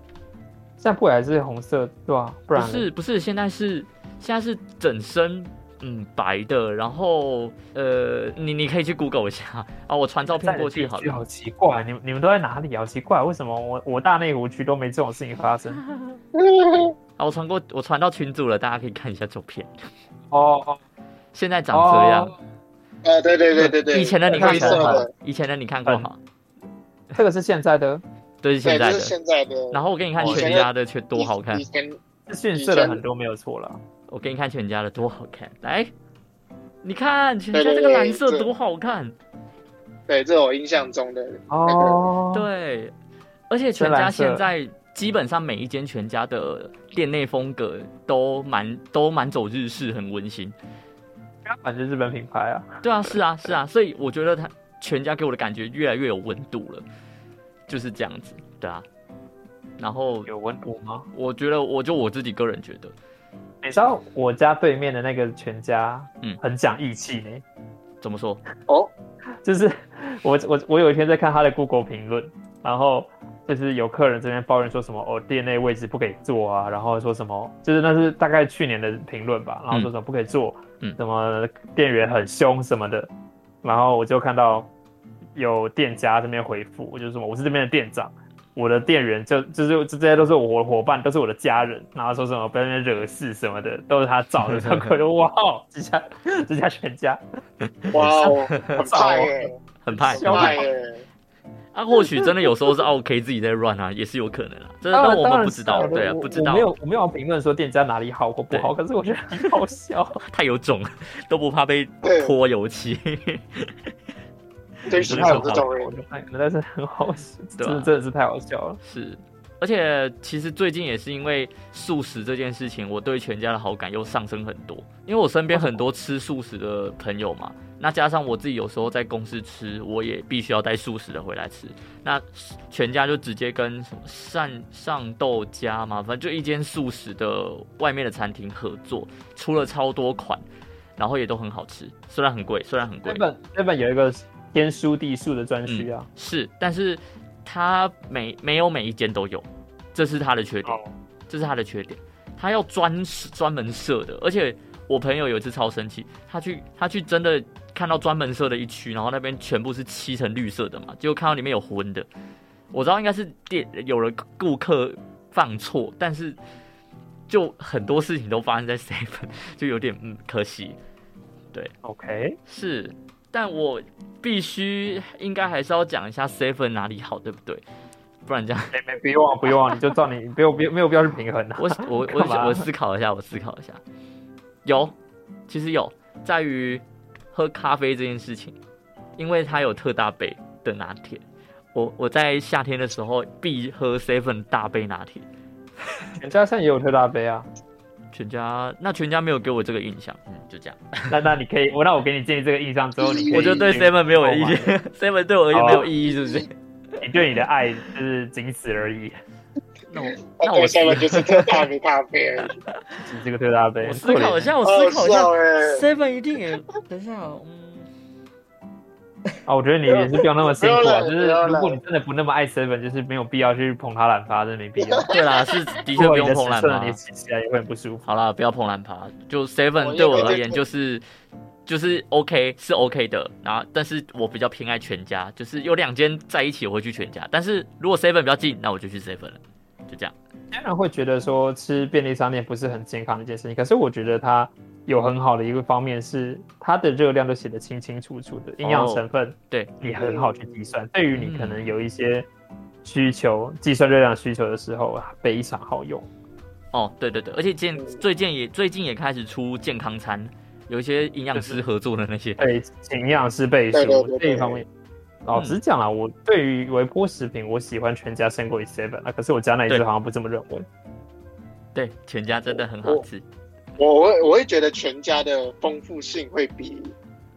Speaker 2: 现在不还是红色对吧、不
Speaker 1: 不
Speaker 2: 然呢
Speaker 1: 是不是，现在是现在是整身嗯白的，然后呃，你你可以去 Google 一下啊，我传照片过去好
Speaker 2: 地区
Speaker 1: 了。
Speaker 2: 好奇怪，你们你们都在哪里？好奇怪，为什么我我大内湖区都没这种事情发生？
Speaker 1: 啊，我传过我传到群组了，大家可以看一下照片。
Speaker 2: 哦哦，
Speaker 1: 现在长这样，
Speaker 2: 哦
Speaker 3: 呃，对对对对对，
Speaker 1: 以前的你看
Speaker 3: 看
Speaker 1: 过
Speaker 3: 色
Speaker 1: 吗
Speaker 3: 的，？
Speaker 1: 以前的你看过吗？
Speaker 2: 这个是现在的，
Speaker 1: 对，是现
Speaker 3: 对，就
Speaker 1: 在
Speaker 3: 是
Speaker 1: 的。
Speaker 3: 现在的。
Speaker 1: 然后我给你看
Speaker 3: 以前
Speaker 1: 全
Speaker 3: 的
Speaker 1: 家的却多好看
Speaker 3: 以，前
Speaker 2: 是逊色了很多，没有错 了。
Speaker 1: 我给你看全家的多好看，来，你看全家
Speaker 3: 对对
Speaker 1: 这个
Speaker 3: 对
Speaker 1: 蓝色
Speaker 3: 这哦
Speaker 1: 多好看，
Speaker 3: 对，这是我印象中的。
Speaker 2: 哦，，
Speaker 1: 对，而且全
Speaker 2: 深
Speaker 1: 家
Speaker 2: 蓝色
Speaker 1: 现在基本上每一间全家的店内风格都蛮都蛮走日式，很温馨。
Speaker 2: 反正日本品牌啊，
Speaker 1: 对啊，是啊，是啊，所以我觉得它全家给我的感觉越来越有温度了，就是这样子，对啊。然后
Speaker 2: 有温度吗？
Speaker 1: 我觉得，我就我自己个人觉得，
Speaker 2: 你知道我家对面的那个全家，
Speaker 1: 嗯
Speaker 2: 很讲义气呢。
Speaker 1: 怎么说？
Speaker 3: 哦，
Speaker 2: 就是我我我有一天在看他的 Google 评论，然后就是有客人这边抱怨说什么哦店内位置不给坐啊，然后说什么就是那是大概去年的评论吧，然后说什么不给坐，
Speaker 1: 嗯
Speaker 2: 什么店员很凶什么的，然后我就看到有店家这边回复，我就什么我是这边的店长。我的店员就就是这些都是我的伙伴，都是我的家人，然后说什么不要在那边惹事什么的，都是他 找的。然后我就哇哦，这家这家全家
Speaker 3: 哇 哦，很派耶，
Speaker 1: 很派，很
Speaker 3: 很派
Speaker 1: 派
Speaker 3: 耶。
Speaker 1: 啊！或许真的有时候是 OK 自己在乱啊，也是有可能啊，这
Speaker 2: 当
Speaker 1: 但
Speaker 2: 然，
Speaker 1: 我
Speaker 2: 当
Speaker 1: 们
Speaker 2: 然
Speaker 1: 不
Speaker 2: 是
Speaker 1: 知道，
Speaker 2: 啊
Speaker 1: 对啊，
Speaker 2: 我
Speaker 1: 不知
Speaker 2: 我
Speaker 1: 道
Speaker 2: 没，有，我没有评论说店家哪里好或不好，可是我觉得很好 笑。
Speaker 1: 太有种了，都不怕被
Speaker 3: 对
Speaker 1: 泼油漆。
Speaker 2: 真
Speaker 3: 对，喜
Speaker 2: 的太
Speaker 3: 欢
Speaker 2: 好
Speaker 3: 这
Speaker 2: 笑
Speaker 3: 种
Speaker 2: 了，
Speaker 3: 人
Speaker 2: 我，觉得但是很好笑，
Speaker 1: 对
Speaker 2: 真
Speaker 1: 啊
Speaker 2: 的真的是太好笑了。
Speaker 1: 是，而且其实最近也是因为素食这件事情，我对全家的好感又上升很多。因为我身边很多吃素食的朋友嘛，那加上我自己有时候在公司吃，我也必须要带素食的回来吃。那全家就直接跟什么善上豆家嘛，反正就一间素食的外面的餐厅合作，出了超多款，然后也都很好吃，虽然很贵，虽然很贵
Speaker 2: 日。本日本有一个天书地术的专区啊，
Speaker 1: 是，但是它每没有每一间都有，这是它的缺点，这是它的缺点。它要专专门设的，而且我朋友有一次超生气，他去他去真的看到专门设的一区，然后那边全部是漆成绿色的嘛，结果看到里面有荤的，我知道应该是店有了顾客放错，但是就很多事情都发生在 seven，就有点嗯可惜。
Speaker 2: OK，
Speaker 1: 是，但我必须应该还是要讲一下 Seven 哪里好，对不对？不然这 样，
Speaker 2: 没没不用啊不用啊，你就照你没有没有没有必要去平衡啊的。
Speaker 1: 我我
Speaker 2: 干嘛
Speaker 1: 我我思考一下，我思考一下，有，其实有，在于喝咖啡这件事情，因为它有特大杯的拿铁，我我在夏天的时候必喝 Seven 大杯拿铁，
Speaker 2: 全家现在也有特大杯啊，
Speaker 1: 全家那全家没有给我这个印象，嗯，就这样，
Speaker 2: 那那你可以，我那我给你建议这个印象之后，你可以
Speaker 1: 我就对
Speaker 2: 去
Speaker 1: Seven 没有意
Speaker 2: 购买
Speaker 1: 见，Seven 对我而言没有意义，是不
Speaker 2: 哦
Speaker 1: 是？
Speaker 2: 你对你的爱就是仅此而已，
Speaker 1: 那我
Speaker 3: 那
Speaker 1: 那我
Speaker 3: 我
Speaker 1: 思
Speaker 3: 下面就是特大杯咖啡而已。
Speaker 2: 只是这个特大杯。啊
Speaker 1: 我思考一 下，我
Speaker 3: 好
Speaker 1: 思
Speaker 3: 好
Speaker 1: 考一下
Speaker 3: 笑欸
Speaker 1: ，Seven 一定 也，等一下哦，嗯，
Speaker 2: 啊，我觉得你也是不用那么辛苦啊，
Speaker 3: 不用了
Speaker 2: 就是
Speaker 3: 不用了
Speaker 2: 如果你真的不那么爱 seven，就是没有必要去捧他懒趴，真的没必 要。
Speaker 1: 对啦，是的
Speaker 2: 的
Speaker 1: 确不用碰烂
Speaker 2: 你
Speaker 1: 趴
Speaker 2: 的。尺寸你起起啊来也会很不舒服。
Speaker 1: 好啦，不要碰烂趴。就
Speaker 3: 我
Speaker 1: Seven
Speaker 3: 也
Speaker 1: 对我
Speaker 3: 觉得
Speaker 1: 而言就是就是 OK 是 OK 的，然后但是我比较偏爱全家，就是有两间在一起我会去全家，但是如果 Seven 比较近，那我就去 Seven 了，就这样。
Speaker 2: 当然会觉得说吃便利商店不是很健康的一件事情，可是我觉得它有很好的一个方面是，它的热量都写得清清楚楚的，营养成分
Speaker 1: 对
Speaker 2: 你很好去计算。对于你可
Speaker 1: 嗯
Speaker 2: 能有一些需求，计算热量需求的时候啊非常好用。
Speaker 1: 哦，对对对，而且健
Speaker 3: 嗯
Speaker 1: 最近也最近也开始出健康餐，有一些营养师合作的那些，
Speaker 2: 对，请营养师背书
Speaker 3: 对对对对
Speaker 2: 这一方面。老
Speaker 1: 嗯
Speaker 2: 实讲啦，我对于微波食品，我喜欢全家胜过于 seven 啊，可是我家那一只
Speaker 1: 对
Speaker 2: 好像不这么认为。
Speaker 1: 对，全家真的很
Speaker 3: 哦
Speaker 1: 好吃。
Speaker 3: 我我会我会觉得全家的丰富性会比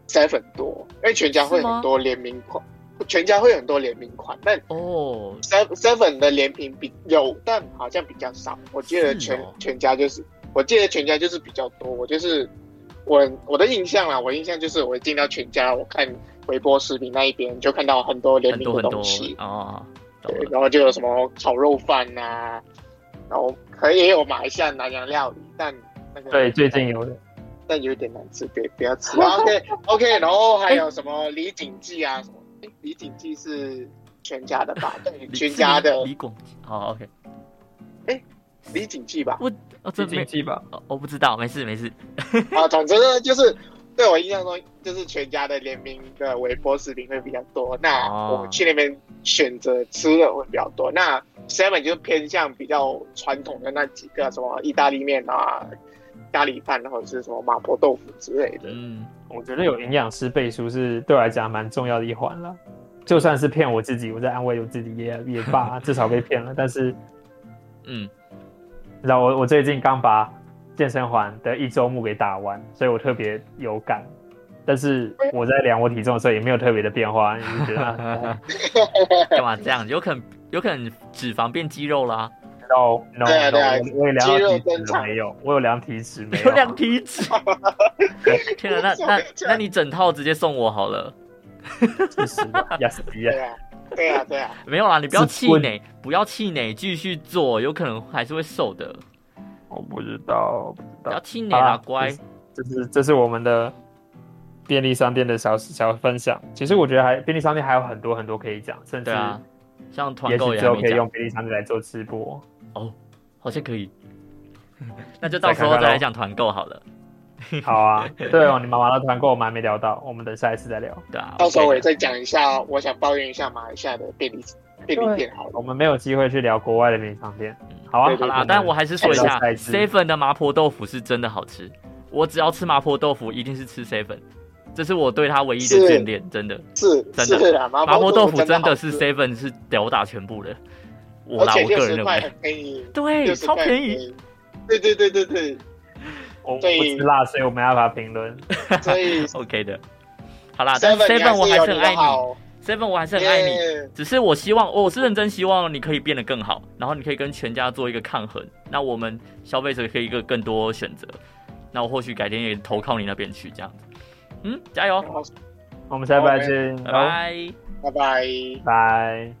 Speaker 3: Seven 多，因为全家会
Speaker 1: 是吗
Speaker 3: 很多联名款，全家会很多联名款，但
Speaker 1: 哦，
Speaker 3: Seven Seven 的联名比有，但好像比较少。我记得
Speaker 1: 是
Speaker 3: 全、
Speaker 1: 哦
Speaker 3: 全家就是，我记得全家就是比较多。我就是我我的印象啦，我印象就是我进到全家，我看微波食品那一边就看到很多联
Speaker 1: 很
Speaker 3: 名
Speaker 1: 多很
Speaker 3: 的
Speaker 1: 多
Speaker 3: 东西，
Speaker 1: 哦，懂
Speaker 3: 对，
Speaker 1: 了。
Speaker 3: 然后就有什么烤肉饭呐、然后可以也有马来西亚南洋料理，但那个
Speaker 2: 对，最近有
Speaker 3: 但有点难吃，别不要吃。然后 OK OK，然后还
Speaker 1: 哎
Speaker 3: 有什么李锦记啊什么？诶李锦记是全家的吧？对，
Speaker 1: 李
Speaker 3: 全家的
Speaker 1: 李李广，好，OK，
Speaker 3: 李锦记吧。
Speaker 1: 我哦，这
Speaker 2: 最
Speaker 1: 没
Speaker 2: 近，期吧，
Speaker 1: 哦我不知道，没事没事，
Speaker 3: 啊，总之呢，就是对我印象中，就是全家的联名的微波食品会比较多。那
Speaker 1: 哦
Speaker 3: 我去那边选择吃的会比较多。那 Seven 就偏向比较传统的那几个，什么意大利面啊、咖喱饭，或者是什么麻婆豆腐之类的。
Speaker 1: 嗯，
Speaker 2: 我觉得有营养师背书是对我来讲蛮重要的一环了。就算是骗我自己，我在安慰我自己也也罢，至少被骗了。但是，
Speaker 1: 嗯，
Speaker 2: 你知道我我最近刚把健身环的一周目给打完，所以我特别有感。但是
Speaker 3: 哎
Speaker 2: 我在量我体重的时候也没有特别的变化，你就觉得啊
Speaker 1: 干嘛这样？有可能有可能脂肪变肌肉啦，
Speaker 2: No No，
Speaker 3: 对啊对啊
Speaker 2: no，我我有量
Speaker 3: 肌肉
Speaker 2: 到体
Speaker 3: 增
Speaker 2: 脂
Speaker 3: 长
Speaker 2: 没有，我有量体脂没
Speaker 1: 有
Speaker 2: 有。啊
Speaker 1: 量体 脂。天啊，那那那你整套直接送我好了。
Speaker 2: 确实，yes
Speaker 3: 对
Speaker 2: yes，
Speaker 3: 啊，对啊，对啊，
Speaker 1: 没有啦，你不要
Speaker 2: 是
Speaker 1: 气
Speaker 2: 棍
Speaker 1: 馁，不要气馁，继续做，有可能还是会瘦的。
Speaker 2: 我不知道，不知
Speaker 1: 不
Speaker 2: 道
Speaker 1: 要气馁
Speaker 2: 好
Speaker 1: 啦，
Speaker 2: 啦
Speaker 1: 乖。
Speaker 2: 这啊是这是我们的便利商店的小小分享。其实我觉得还便利商店还有很多很多可以讲，甚至
Speaker 1: 对啊，像团
Speaker 2: 也
Speaker 1: 购
Speaker 2: 许
Speaker 1: 也
Speaker 2: 之
Speaker 1: 还
Speaker 2: 后
Speaker 1: 没
Speaker 2: 可以
Speaker 1: 讲
Speaker 2: 用，便利商店来做直 播。
Speaker 1: 好像可以。 那就到时候再来讲团购好了，
Speaker 2: 好啊，对哦，你妈妈的团购我们还没聊到，我们等下一次再聊。
Speaker 1: 对啊。
Speaker 3: 到时候我
Speaker 1: OK
Speaker 3: 也
Speaker 1: 的
Speaker 3: 再讲一下，我想抱怨一下马来西亚的便利便利店好了。
Speaker 2: 我们没有机会去聊国外的便利商店。好啊，
Speaker 3: 对
Speaker 1: 嗯好
Speaker 3: 对
Speaker 1: 啦，但我还是说一下
Speaker 2: 再见
Speaker 1: ，seven 的麻婆豆腐是真的好吃。我只要吃麻婆豆腐，一定是吃 seven，这是我对它唯一的
Speaker 3: 是
Speaker 1: 眷恋，真的。
Speaker 3: 是
Speaker 1: 真的
Speaker 3: 是啦，啊麻
Speaker 1: 麻婆豆腐真
Speaker 3: 真
Speaker 1: 的
Speaker 3: 好
Speaker 1: 是
Speaker 3: 吃
Speaker 1: seven 是吊打全部的。我
Speaker 3: 而
Speaker 1: 啦，
Speaker 3: 且
Speaker 1: 我
Speaker 3: 六
Speaker 1: 个人
Speaker 3: 十
Speaker 1: 认
Speaker 3: 块
Speaker 1: 为
Speaker 3: 很，便宜，
Speaker 1: 对，
Speaker 3: 六十
Speaker 1: 超
Speaker 3: 块
Speaker 1: 便
Speaker 3: 很
Speaker 1: 宜。。
Speaker 3: 嗯对对对对 对，
Speaker 2: 我我不
Speaker 3: 所以
Speaker 2: 吃辣，所以我没办法评论。
Speaker 3: 所以
Speaker 1: OK 的。好啦，啊但 seven 我还是很爱你，seven 我还是很爱你。
Speaker 3: 你。
Speaker 1: 只是我希望，我是认真希望你可以变得更好，然后你可以跟全家做一个抗衡，那我们消费者可以一个更多选择。那我或许改天也投靠你那边去，这样子。嗯，加油，
Speaker 3: 好
Speaker 2: 我们下次再见，
Speaker 1: 拜拜。
Speaker 3: 拜拜。
Speaker 2: 拜。